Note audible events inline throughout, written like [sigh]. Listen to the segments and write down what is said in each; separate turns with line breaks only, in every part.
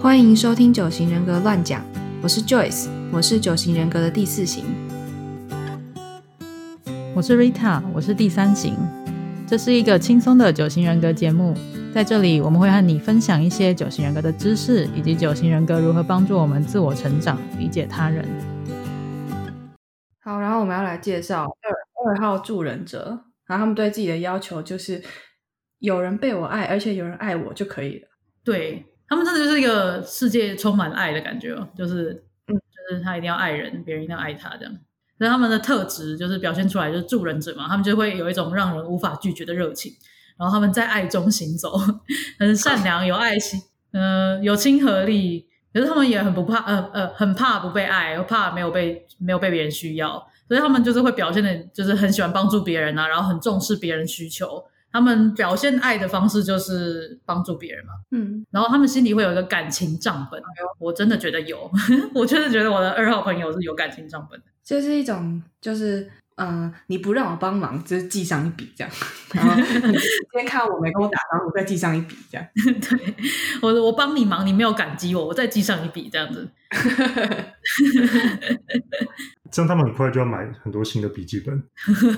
欢迎收听《九型人格乱讲》，我是 Joyce，我是九型人格的第四型。
我是 Rita，我是第三型。这是一个轻松的九型人格节目，在这里我们会和你分享一些九型人格的知识，以及九型人格如何帮助我们自我成长、理解他人。
好，然后我们要来介绍二二号助人者，然后他们对自己的要求就是有人被我爱，而且有人爱我就可以了。
对他们真的就是一个世界充满爱的感觉哦，就是
嗯
就是他一定要爱人，别人一定要爱他这样。那他们的特质就是表现出来就是助人者嘛，他们就会有一种让人无法拒绝的热情，然后他们在爱中行走， [laughs] 很善良，有爱心，呃，有亲和力，可是他们也很不怕，呃呃，很怕不被爱，又怕没有被没有被别人需要，所以他们就是会表现的，就是很喜欢帮助别人啊，然后很重视别人需求。他们表现爱的方式就是帮助别人嘛。
嗯，
然后他们心里会有一个感情账本，我真的觉得有， [laughs] 我真的觉得我的二号朋友是有感情账本的。
就是一种就是嗯、呃你不让我帮忙，就是记上一笔 [laughs] 这样。然后你先看我没跟我打招呼，再记上一笔这样。
对我，我帮你忙，你没有感激我，我再记上一笔这样子。
这样他们很快就要买很多新的笔记本。
就是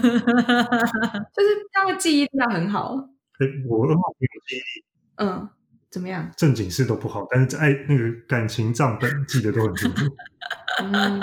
他们记忆力要很好。
哎，我二号朋友记忆力
嗯，怎么样？
正经事都不好，但是在爱那个感情账本记得都很清楚。
[laughs] 嗯，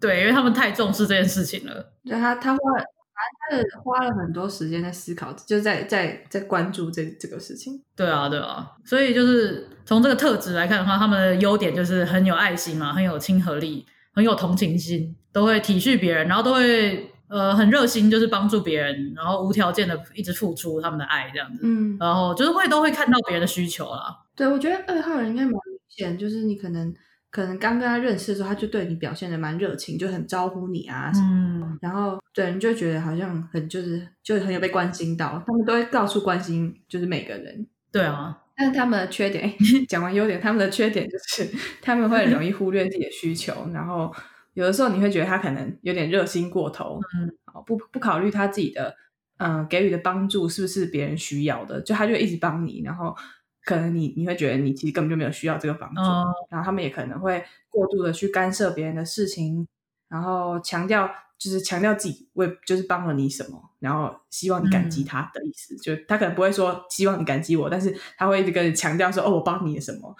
对，因为他们太重视这件事情了。
就他他花了，反正他的花了很多时间在思考，就在在在关注这这个事情。
对啊，对啊，所以就是从这个特质来看的话，他们的优点就是很有爱心嘛，很有亲和力，很有同情心，都会体恤别人，然后都会呃很热心，就是帮助别人，然后无条件的一直付出他们的爱这样子，
嗯，
然后就是会都会看到别人的需求啦。
对，我觉得二号人应该蛮明显，就是你可能可能刚跟他认识的时候，他就对你表现的蛮热情，就很招呼你啊什么。
嗯，
然后对你就觉得好像很就是就是很有被关心到，他们都会到处关心就是每个人。
对啊，
但是他们的缺点， [laughs] 讲完优点，他们的缺点就是他们会很容易忽略自己的需求，然后有的时候你会觉得他可能有点热心过头，
嗯
哦，不不考虑他自己的嗯、呃给予的帮助是不是别人需要的，就他就一直帮你，然后可能你你会觉得你其实根本就没有需要这个帮助，
嗯
然后他们也可能会过度的去干涉别人的事情，然后强调就是强调自己为就是帮了你什么，然后希望你感激他的意思，就他可能不会说希望你感激我，但是他会一直跟你强调说哦我帮你什么，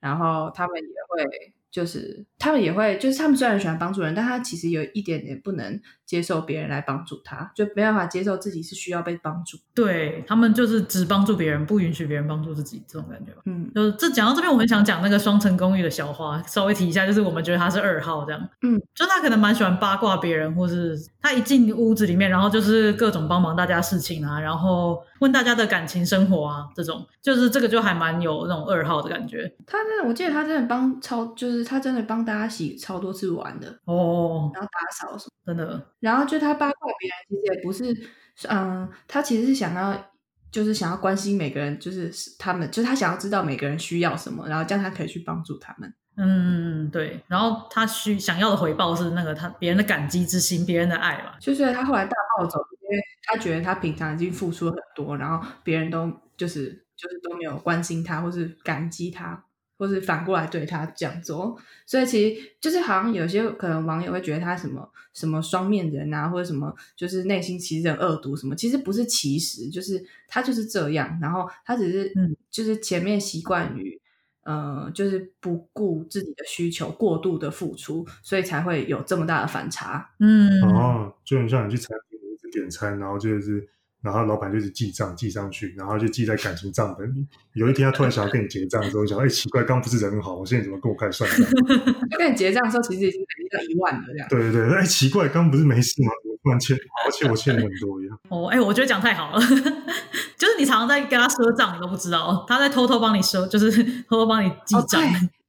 然后他们也会就是他们也会就是他们虽然喜欢帮助人，但他其实有一点点不能接受别人来帮助他，就没办法接受自己是需要被帮助。
对他们就是只帮助别人，不允许别人帮助自己这种感觉吧。
嗯
就是这讲到这边，我很想讲那个《双城公寓》的小花，稍微提一下，就是我们觉得他是二号这样，
嗯，
就他可能蛮喜欢八卦别人，或是他一进屋子里面，然后就是各种帮忙大家事情啊，然后问大家的感情生活啊，这种就是这个就还蛮有那种二号的感觉
他真的，我记得他真的帮超，就是他真的帮大家洗超多次碗的，
哦，
然后打扫什么。
真的，
然后就他八卦别人，其实也不是，嗯，他其实是想要，就是想要关心每个人，就是他们，就是他想要知道每个人需要什么，然后这样他可以去帮助他们。
嗯，对，然后他需想要的回报是那个他别人的感激之心，别人的爱嘛，
就是他后来大暴走，因为他觉得他平常已经付出了很多，然后别人都就是就是都没有关心他，或是感激他，或是反过来对他这样做，所以其实就是好像有些可能网友会觉得他什么什么双面人啊，或者什么就是内心其实很恶毒什么，其实不是其实，就是他就是这样，然后他只是
嗯
就是前面习惯于。呃，就是不顾自己的需求，过度的付出，所以才会有这么大的反差。
嗯，
哦，就很像你去餐厅你一直点餐，然后就是，然后老板就是记账记上去，然后就记在感情账本里。有一天他突然想要跟你结账的时候，你想，哎，奇怪，刚不是人好，我现在怎么跟我开始算账？
就跟你结账的时候，其实已经累积到一万了这样。
对对对，哎，奇怪，刚不是没事吗？怎么突然欠，而且我欠了很多一样。
哦，哎、我觉得讲太好了， [laughs] 就是你常常在跟他赊账，你都不知道，他在偷偷帮你赊，就是偷偷帮你记
哦，
账。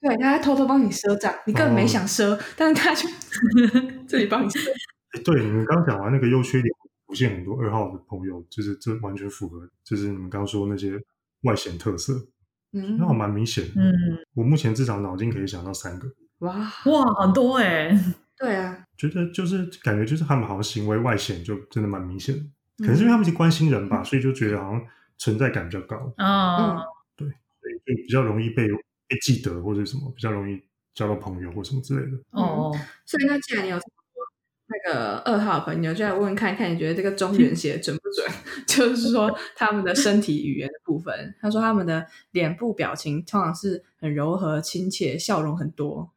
对对，他还偷偷帮你赊账，你根本没想赊，但是他就 [laughs] 自己帮你赊。
哎对，你们刚刚讲完那个优缺点，浮现很多二号的朋友，就是这完全符合，就是你们刚刚说那些外显特色，
嗯
那我蛮明显的。
嗯，
我目前至少脑筋可以想到三个，
哇，
哇，很多哎、
对啊，
觉得就是感觉就是他们好像行为外显就真的蛮明显的，
嗯
可能是因为他们是关心人吧，所以就觉得好像存在感比较高，
啊、
嗯
所以就比较容易被被记得或者什么，比较容易交到朋友或什么之类的。
哦，
所以那既然你有这么多那个二号朋友，就来问问看看，你觉得这个中原写得准不准？ [laughs] 就是说他们的身体语言的部分，他说他们的脸部表情通常是很柔和、亲切，笑容很多，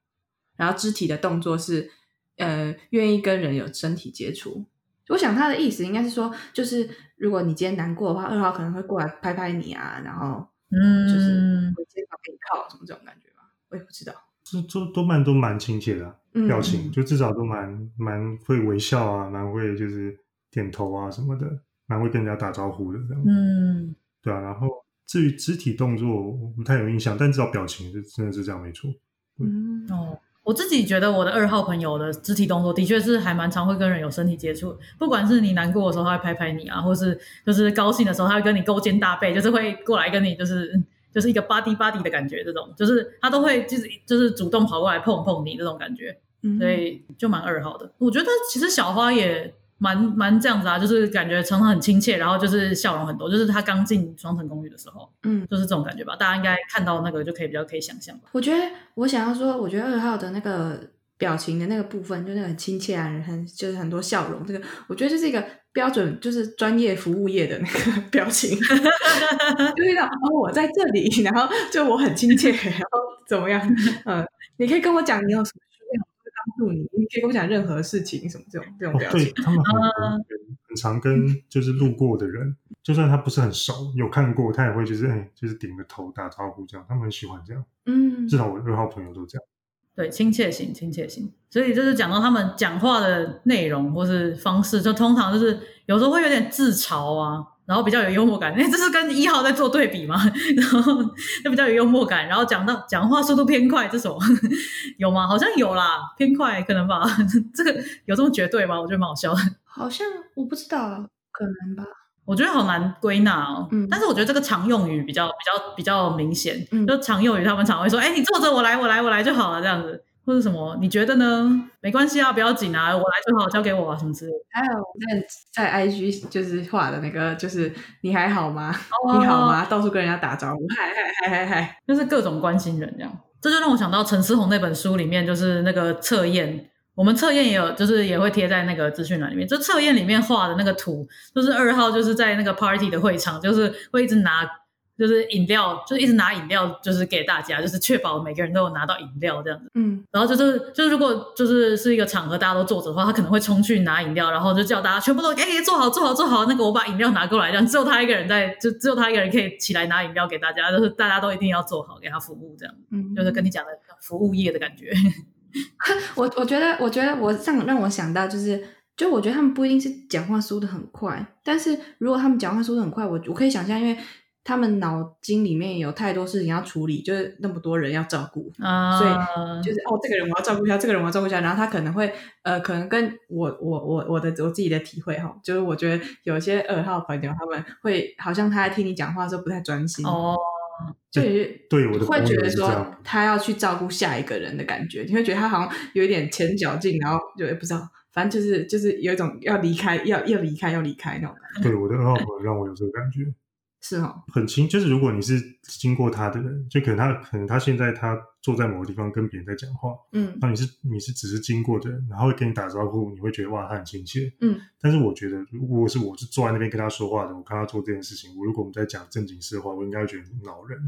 然后肢体的动作是呃愿意跟人有身体接触。我想他的意思应该是说，就是如果你今天难过的话，二号可能会过来拍拍你啊，然后
嗯，
就是我肩膀给你靠，什么这种感觉吧？我也不知道。
这多多半都蛮亲切的啊、
嗯
表情，就至少都蛮蛮会微笑啊，蛮会就是点头啊什么的，蛮会跟人家打招呼的这样。
嗯，
对啊，然后至于肢体动作，我不太有印象，但至少表情是真的是这样没错。
嗯，
哦，我自己觉得我的二号朋友的肢体动作的确是还蛮常会跟人有身体接触，不管是你难过的时候，他会拍拍你啊，或是就是高兴的时候，他会跟你勾肩搭背，就是会过来跟你就是就是一个 body body 的感觉，这种就是他都会就是就是主动跑过来碰碰你这种感觉，
嗯
所以就蛮二号的。我觉得其实小花也。蛮蛮这样子啊，就是感觉常常很亲切，然后就是笑容很多，就是他刚进双层公寓的时候，
嗯，
就是这种感觉吧。大家应该看到那个就可以比较可以想象吧。
我觉得我想要说，我觉得二号的那个表情的那个部分，就是很亲切啊，很就是很多笑容。这个我觉得就是一个标准，就是专业服务业的那个 [laughs] 表情，就是那种哦，我在这里，然后就我很亲切，然后怎
[laughs]
么样？嗯，你可以跟我讲你有什么需要，我会帮助你。你可以跟我讲任何事情，什么这种这种
哦
表，
对
情。
他们
啊
很很很常跟就是路过的人，就算他不是很熟，有看过他也会就是哎，就是点个头打招呼这样，他们很喜欢这样。
嗯
至少我二号朋友都这样。
对，亲切型，亲切型。所以就是讲到他们讲话的内容或是方式，就通常就是有时候会有点自嘲啊，然后比较有幽默感。 [laughs] 哎，这是跟一号在做对比吗？然后就比较有幽默感，然后讲到讲话速度偏快，这种 [laughs] 有吗？好像有啦，偏快可能吧。 [laughs] 这个有这么绝对吗？我觉得蛮好笑的。
好像我不知道，可能吧。
我觉得好难归纳哦，
嗯
但是我觉得这个常用语比较比较比较明显，
嗯
就常用语他们常会说，哎、你坐着我来我来我来就好了这样子，或者什么你觉得呢？没关系啊，不要紧啊，我来就好，交给我啊什么之类的。
还有在在 IG 就是画的那个，就是你还好吗？
哦
你好？吗？到处跟人家打招呼，嗨嗨嗨嗨嗨。
就是各种关心人这样，这就让我想到陈思宏那本书里面就是那个测验。我们测验也有，就是也会贴在那个资讯栏里面。这测验里面画的那个图，就是二号就是在那个 party 的会场，就是会一直拿就是饮料，就是一直拿饮料，就是给大家，就是确保每个人都有拿到饮料这样子。
嗯，
然后就是就是如果就是是一个场合大家都坐着的话，他可能会冲去拿饮料，然后就叫大家全部都哎、坐好坐好坐好，那个我把饮料拿过来，这样只有他一个人在，就只有他一个人可以起来拿饮料给大家，就是大家都一定要做好给他服务，这样
嗯
就是跟你讲的服务业的感觉。
我我觉得，我觉得我让让我想到就是，就我觉得他们不一定是讲话速度很快，但是如果他们讲话速度很快，我我可以想象，因为他们脑筋里面有太多事情要处理，就是那么多人要照顾，
[laughs] 啊、
嗯所就是哦，这个人我要照顾一下，这个人我要照顾一下，然后他可能会呃，可能跟我我我我的我自己的体会哈，就是我觉得有些二号朋友他们会好像他在听你讲话的时候不太专心，
哦，
就是
对我的
会
朋
觉
友
得
也是这
说
样，
他要去照顾下一个人的感觉，你会觉得他好像有一点前脚劲，然后就也不知道，反正就是就是有一种要离开，要要离开，要离开那种感觉，
对我的二号朋友让我有这个感觉。
是哦，
很轻，就是如果你是经过他的人，就可能他可能他现在他坐在某个地方跟别人在讲话，
嗯
那你是你是只是经过的人，然后会跟你打招呼，你会觉得哇他很亲切，
嗯。
但是我觉得如果是我是坐在那边跟他说话的，我看他做这件事情，我如果我们在讲正经事的话，我应该会觉得很恼人。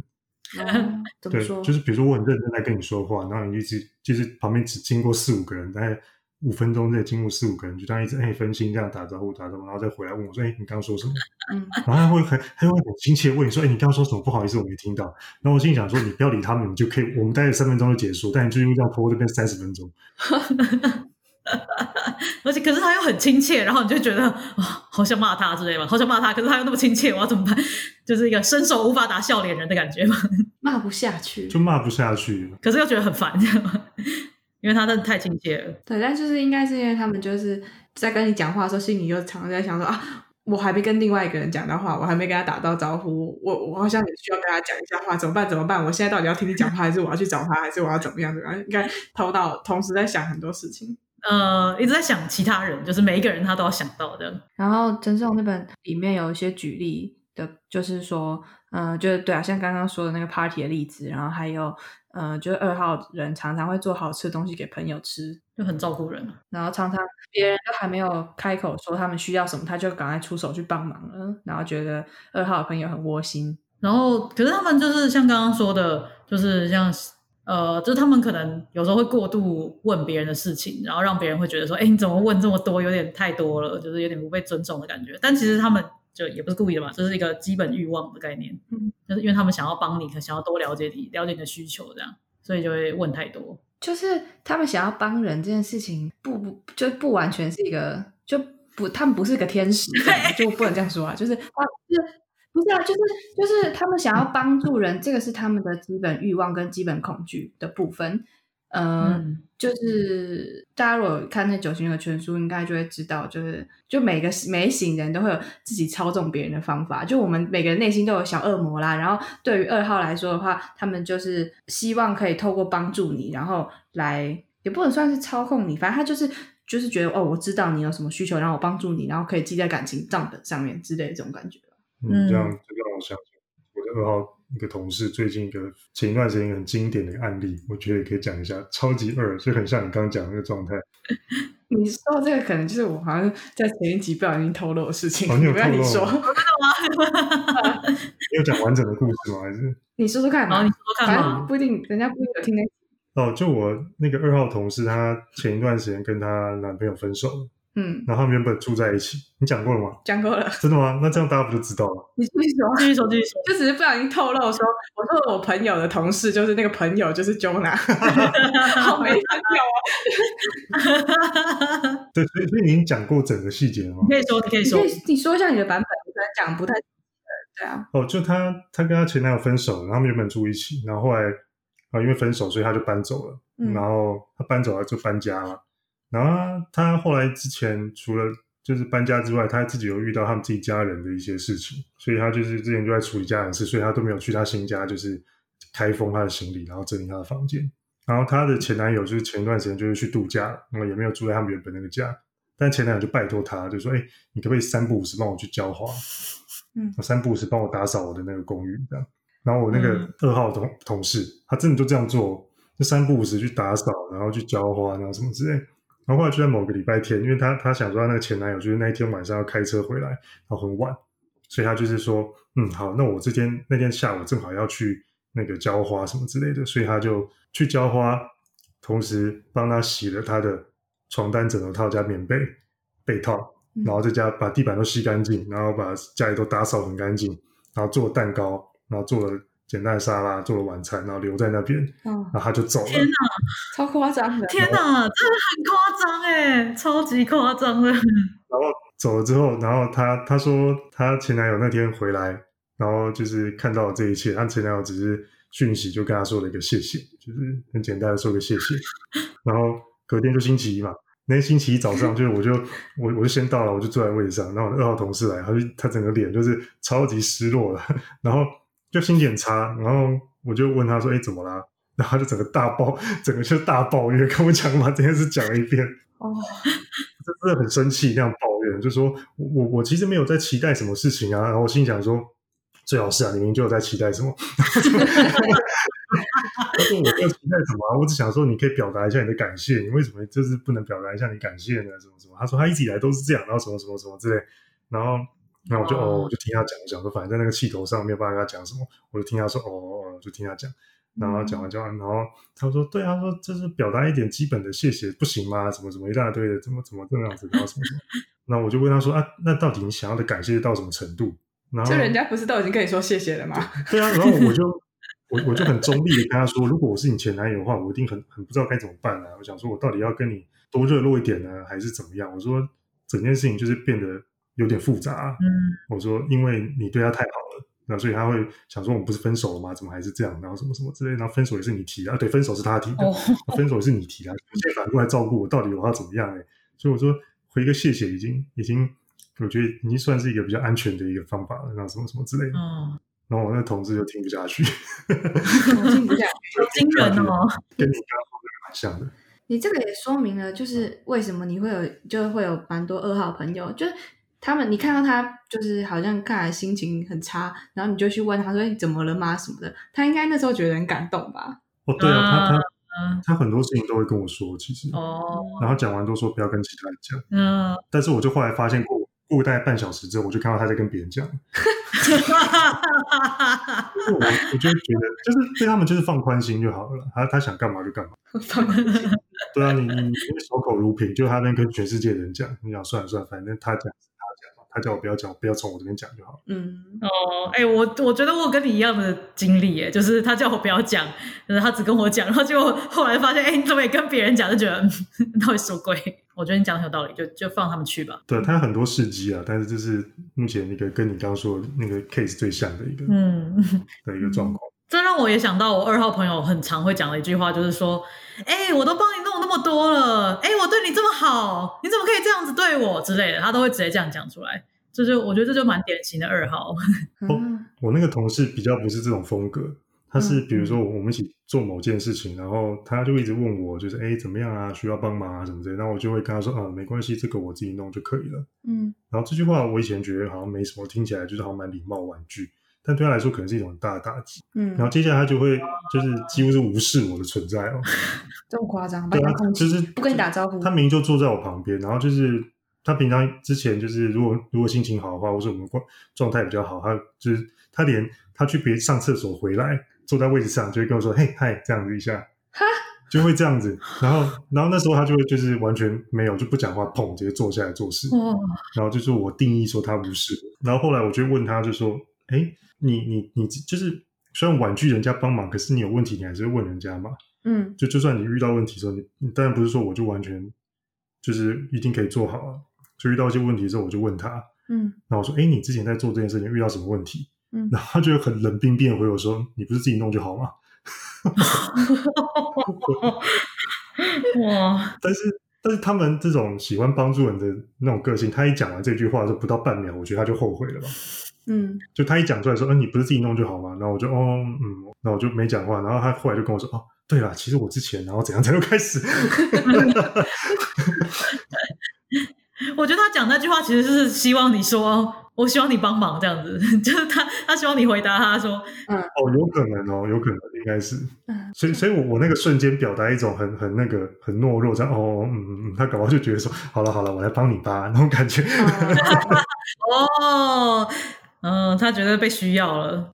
[laughs] 嗯怎么
对，
说？
就是比如说我很认真在跟你说话，然后你一直就是旁边只经过四五个人，大概五分钟内经过四五个人，就这样一直哎分心这样打招呼打招呼，然后再回来问我说哎你刚刚说什么？
嗯
然后他会很他会很亲切地问你说：“哎，你刚刚说什么？不好意思，我没听到。”然后我心里想说：“你不要理他们，你就可以，我们待了三分钟就结束，但你就因为这样拖这边三十分钟。
而且可是他又很亲切，然后你就觉得哇、好想骂他之类吧，好想骂他，可是他又那么亲切，我要怎么办？ [laughs] 就是一个伸手无法打笑脸人的感觉吧。
[laughs] 骂不下去，”
就骂不下去。
可是又觉得很烦， [laughs] 这样吗因为他真的太亲切了。
对，但就是应该是因为他们就是在跟你讲话的时候，心里又常常在想说啊，我还没跟另外一个人讲到话，我还没跟他打到招呼，我我好像也需要跟他讲一下话，怎么办？怎么办？我现在到底要听你讲话，还是我要去找他，还是我要怎么样？怎么样？应该头脑同时在想很多事情。
呃，一直在想其他人，就是每一个人他都要想到的。
然后陈世宏那本里面有一些举例，的，就是说，嗯、就是对啊，像刚刚说的那个 party 的例子，然后还有，嗯、就是二号人常常会做好吃的东西给朋友吃，
就很照顾人啊。
然后常常别人都还没有开口说他们需要什么，他就赶快出手去帮忙了，然后觉得二号的朋友很窝心，
然后，可是他们就是像刚刚说的，就是像呃，就是他们可能有时候会过度问别人的事情，然后让别人会觉得说，哎，你怎么问这么多，有点太多了，就是有点不被尊重的感觉。但其实他们就也不是故意的嘛，这、是一个基本欲望的概念，
嗯
就是因为他们想要帮你，可想要多了解你，了解你的需求，这样，所以就会问太多。
就是他们想要帮人这件事情不，不就不完全是一个就不，他们不是个天使这样，就不能这样说啊，就是他就是不是啊，就是就是他们想要帮助人，这个是他们的基本欲望跟基本恐惧的部分。呃，
嗯
就是大家如果看那九型人格全书，应该就会知道，就是就每个每一型人都会有自己操纵别人的方法。就我们每个人内心都有小恶魔啦。然后对于二号来说的话，他们就是希望可以透过帮助你，然后来也不能算是操控你，反正他就是就是觉得哦，我知道你有什么需求，然后我帮助你，然后可以记在感情账本上面之类的这种感觉。
嗯，这
嗯
样就让我想起我的二号一个同事最近一个前一段时间一个很经典的一个案例，我觉得也可以讲一下，超级二，所以很像你刚刚讲的那个状态。
你说这个可能就是我好像在前一集不小心透露的事情，
哦你有
不要你
透露
说，
你有讲完整的故事吗？还是
你说说看
然后哦
嘛，
你说说看
反
嘛
正，不一定人家不一定有听那
哦，就我那个二号同事，她前一段时间跟她男朋友分手了，
嗯，
然后他们原本住在一起。你讲过了吗？
讲过了， [laughs]
真的吗？那这样大家不就知道了？
你继续说。
继续说，继续说。
就只是不小心透露说，我说我朋友的同事就是那个朋友就是 Jonah，好没朋友啊！
对，所以所以你已经讲过整个细节了吗
你？可以说，你可以
你
说
可，以你说一下你的版本，我可能讲不太清楚对啊，
哦，就她她跟她前男友分手了，然后他们原本住一起，然后后来啊、因为分手，所以她就搬走了。
嗯
然后她搬走了就搬家嘛。然后她后来之前除了就是搬家之外，她自己有遇到他们自己家人的一些事情，所以她就是之前就在处理家人的事，所以她都没有去她新家，就是开封她的行李，然后整理她的房间。然后她的前男友就是前一段时间就是去度假，然后也没有住在他们原本那个家。但前男友就拜托她，就说：“哎、你可不可以三不五时帮我去浇花？
嗯
我三不五时帮我打扫我的那个公寓这样。”然后我那个
嗯
二号同、同事，他真的就这样做，就三不五时去打扫，然后去浇花，然后什么之类。然后后来就在某个礼拜天，因为她她想说她那个前男友就是那一天晚上要开车回来，然后很晚，所以她就是说，嗯，好，那我这天那天下午正好要去那个浇花什么之类的，所以她就去浇花，同时帮她洗了她的床单、枕头套加棉被、被套，
嗯
然后再加把地板都吸干净，然后把家里都打扫很干净，然后做了蛋糕，然后做了简单的沙拉，做了晚餐，然后留在那边，
哦，
然后她就走了。
天哪，
超夸张的，
天哪，这很夸张哎，超级夸张的。
然后走了之后，然后她她说她前男友那天回来，然后就是看到了这一切，她前男友只是讯息就跟她说了一个谢谢，就是很简单的说个谢谢。然后隔天就星期一嘛，那天星期一早上就是 [laughs] 我就我我就先到了，我就坐在位置上，然后我的二号同事来，他就他整个脸就是超级失落了， [laughs] 然后就心情很差，然后我就问他说：“哎，怎么啦？”然后他就整个大爆，整个就大抱怨，跟我讲把这件事讲了一遍。
哦，
真的很生气，那样抱怨，就说我我我其实没有在期待什么事情啊，然后我心想说，最好是啊，你明明就有在期待什么。 [laughs] 他说我没有期待什么啊，我只想说你可以表达一下你的感谢，你为什么就是不能表达一下你感谢呢？什么什么？他说他一直以来都是这样，然后什么什么什么之类，然后。那我就
哦
哦，我就听他讲，我想说反正在那个气头上没有办法跟他讲什么，我就听他说哦哦，哦就听他讲，然后讲完讲完，然后他说：“对啊，他说就是表达一点基本的谢谢不行吗？什么什么一大堆的，怎么怎么这样子，然后什么什 [laughs] 么。”那我就问他说：“啊，那到底你想要的感谢到什么程度？”然
[laughs]
后
就人家不是都已经跟你说谢谢了吗？
对啊，然后我就我我就很中立的跟他说：“如果我是你前男友的话，我一定很很不知道该怎么办啊！我想说我到底要跟你多热络一点呢，还是怎么样？”我说整件事情就是变得有点复杂啊、
嗯，
我说，因为你对他太好了，那所以他会想说，我们不是分手了吗？怎么还是这样？然后什么什么之类，然后分手也是你提的啊，对，分手是他提的，
哦，
分手也是你提的啊，你现在反过来照顾我，到底我要怎么样、欸？所以我说回一个谢谢，已经已经，我觉得已经算是一个比较安全的一个方法了，然后什么什么之类的。
嗯，
然后我那同事就听不下去， [laughs]
我听不下
好惊人哦。
跟你刚刚说的蛮像的。
你这个也说明了，就是为什么你会有，就会有蛮多二号朋友，就是他们，你看到他就是好像看来心情很差，然后你就去问他说：“哎你怎么了吗？”什么的，他应该那时候觉得很感动吧？
哦，对啊，他他
嗯
他很多事情都会跟我说，其实，
哦，
然后讲完都说不要跟其他人讲，
嗯，
但是我就后来发现过过大概半小时之后，我就看到他在跟别人讲，我我就会觉得就是对他们就是放宽心就好了，他他想干嘛
[laughs]
就干嘛。
放宽心
[laughs] 对啊，你你你守口如瓶，就他那边跟全世界人讲，你想算了算了，反正他讲是他讲嘛，他叫我不要讲，我不要从我这边讲就好了。
嗯，
哦，哎、我我觉得我有跟你一样的经历，哎，就是他叫我不要讲，然后他只跟我讲，然后结果后来发现，哎、你怎么也跟别人讲，就觉得嗯 [laughs] 到底什么鬼？我觉得你讲的很有道理，就就放他们去吧。
对，他有很多事迹啊，但是这是目前那个跟你刚刚说的那个 case 最像的一个、
嗯，
的一个状况。
这让我也想到我二号朋友很常会讲的一句话，就是说，哎、我都帮你弄那么多了，哎、我对你这么好，你怎么可以这样子对我之类的，他都会直接这样讲出来。这就我觉得这就蛮典型的二号，
嗯
我那个同事比较不是这种风格，他是比如说我们一起做某件事情，然后他就一直问我，就是哎怎么样啊，需要帮忙啊什么之类的，那我就会跟他说啊没关系，这个我自己弄就可以了。
嗯
然后这句话我以前觉得好像没什么，听起来就是好像蛮礼貌婉拒，但对他来说可能是一种很大的打击。
嗯，
然后接下来他就会就是几乎是无视我的存在哦，
这么夸张，把
对
你
啊
当空，气，
就是
不跟你打招呼，
他明明就坐在我旁边，然后就是他平常之前就是如果如果心情好的话，或是我们状状态比较好，他就是他连他去别上厕所回来坐在位置上就会跟我说嘿嗨这样子一下，
哈
就会这样子，然后然后那时候他就会就是完全没有就不讲话，砰直接坐下来做事，
哇，
然后就是我定义说他无视我，然后后来我就问他，就说：“哎，你你你就是虽然婉拒人家帮忙，可是你有问题，你还是会问人家嘛？
嗯
就就算你遇到问题的时候，你你当然不是说我就完全就是一定可以做好啊。就遇到一些问题之后，我就问他，
嗯
然后我说：‘哎，你之前在做这件事情遇到什么问题？’
嗯，
[laughs] 然后他就很冷冰冰的回我说：‘你不是自己弄就好吗
哇，？’
但是但是他们这种喜欢帮助人的那种个性，他一讲完这句话，就不到半秒，我觉得他就后悔了吧。
[laughs] 嗯
就他一讲出来说，嗯、你不是自己弄就好嘛，然后我就哦，嗯，然后我就没讲话，然后他后来就跟我说，哦，对啦，其实我之前，然后怎样才又开
[laughs]
始，[laughs]
我觉得他讲那句话其实是希望你说，我希望你帮忙这样子， [laughs] 就是他他希望你回答他说，
哦，有可能哦，有可能应该是，
嗯，
所以，所以我我那个瞬间表达一种很很那个很懦弱，这样哦，嗯嗯嗯，他搞不好就觉得说，好了好了，我来帮你吧，那种感觉，
哦
哦，嗯，他觉得被需要了，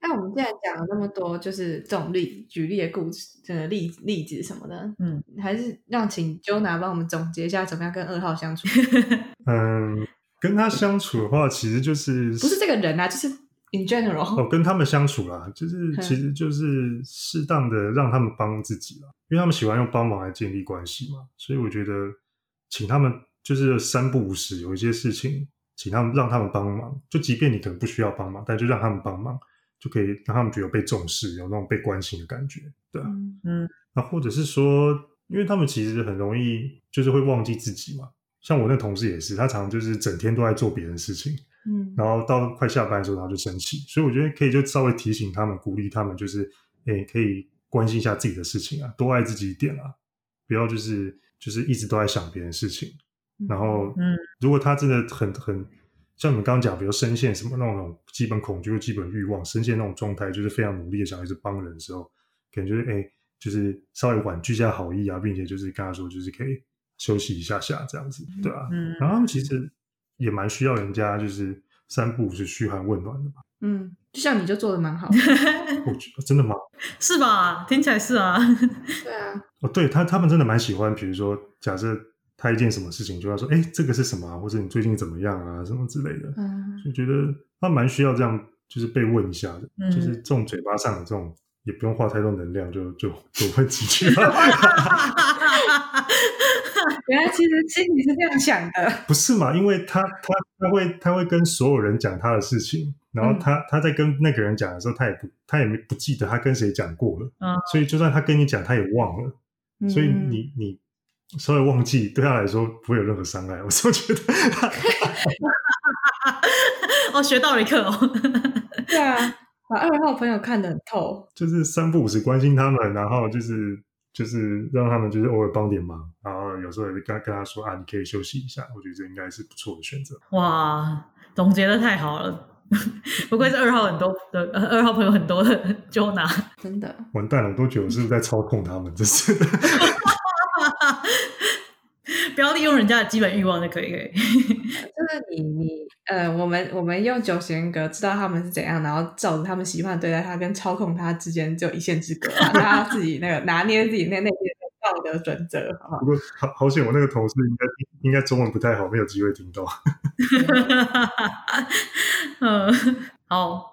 那我们现在讲了那么多，就是这种例举例的故事、呃例例子什么的，
嗯，
还是让请 Jona 帮我们总结一下，怎么样跟二号相处？
[laughs] 嗯，跟他相处的话，其实就是
不是这个人啊，就是 in general，
哦，跟他们相处啦，就是其实就是适当的让他们帮自己啦，因为他们喜欢用帮忙来建立关系嘛，所以我觉得请他们就是三不五时有一些事情，请他们让他们帮忙，就即便你可能不需要帮忙，但就让他们帮忙，就可以让他们觉得被重视，有那种被关心的感觉，对啊，
嗯
那或者是说，因为他们其实很容易就是会忘记自己嘛，像我那同事也是，他常常就是整天都在做别人的事情。
嗯
然后到快下班的时候，然后就生气，所以我觉得可以就稍微提醒他们，鼓励他们，就是诶，可以关心一下自己的事情啊，多爱自己一点啊，不要就是就是一直都在想别人的事情。然后，
嗯，
如果他真的很很像你们刚刚讲，比如深陷什么那种基本恐惧、或基本欲望，深陷那种状态，就是非常努力的想一直帮人的时候，可能就是诶，就是稍微婉拒一下好意啊，并且就是跟他说，就是可以休息一下下这样子，对吧、
嗯
然后他们其实也蛮需要人家就是三不五时嘘寒问暖的吧？
嗯，就像你就做的蛮 [laughs] 好的，
我觉得真的吗？
是吧？听起来是啊，
对啊，
哦，对他他们真的蛮喜欢，比如说假设他一件什么事情，就要说哎这个是什么、啊，或者你最近怎么样啊什么之类的，
嗯
就觉得他蛮需要这样就是被问一下的，
嗯
就是这种嘴巴上的这种。也不用花太多能量，就就就问几句
[laughs]
啊，
原来其实心里是这样想的，
不是嘛？因为他他他会他会跟所有人讲他的事情，然
嗯
后他、他在跟那个人讲的时候，他也不他也没不记得他跟谁讲过了，
嗯
所以就算他跟你讲，他也忘了，所以
嗯
你你稍微忘记，对他来说不会有任何伤害。我总觉得，
哦，学到了一课哦，
嗯对啊，把二号朋友看得很透，
就是三不五时关心他们，然后就是就是让他们就是偶尔帮点忙，然后有时候也是跟跟他说啊，你可以休息一下，我觉得这应该是不错的选择。
哇，总结的太好了。 [laughs] 不愧是二号很多的呃二号朋友很多的 Jona，
真的。
完蛋了，我都觉得我是不是在操控他们？真是 [laughs] 的，
不要利用人家的基本欲望就可以。可以 [laughs]
就是你你呃，我们我们用九型人格知道他们是怎样，然后照着他们习惯对待他，跟操控他之间只有一线之隔、啊，让他自己那个拿捏自己那内心的道德准则，好不好
不？过好好险，我那个同事应该应该中文不太好，没有机会听到。
嗯，好，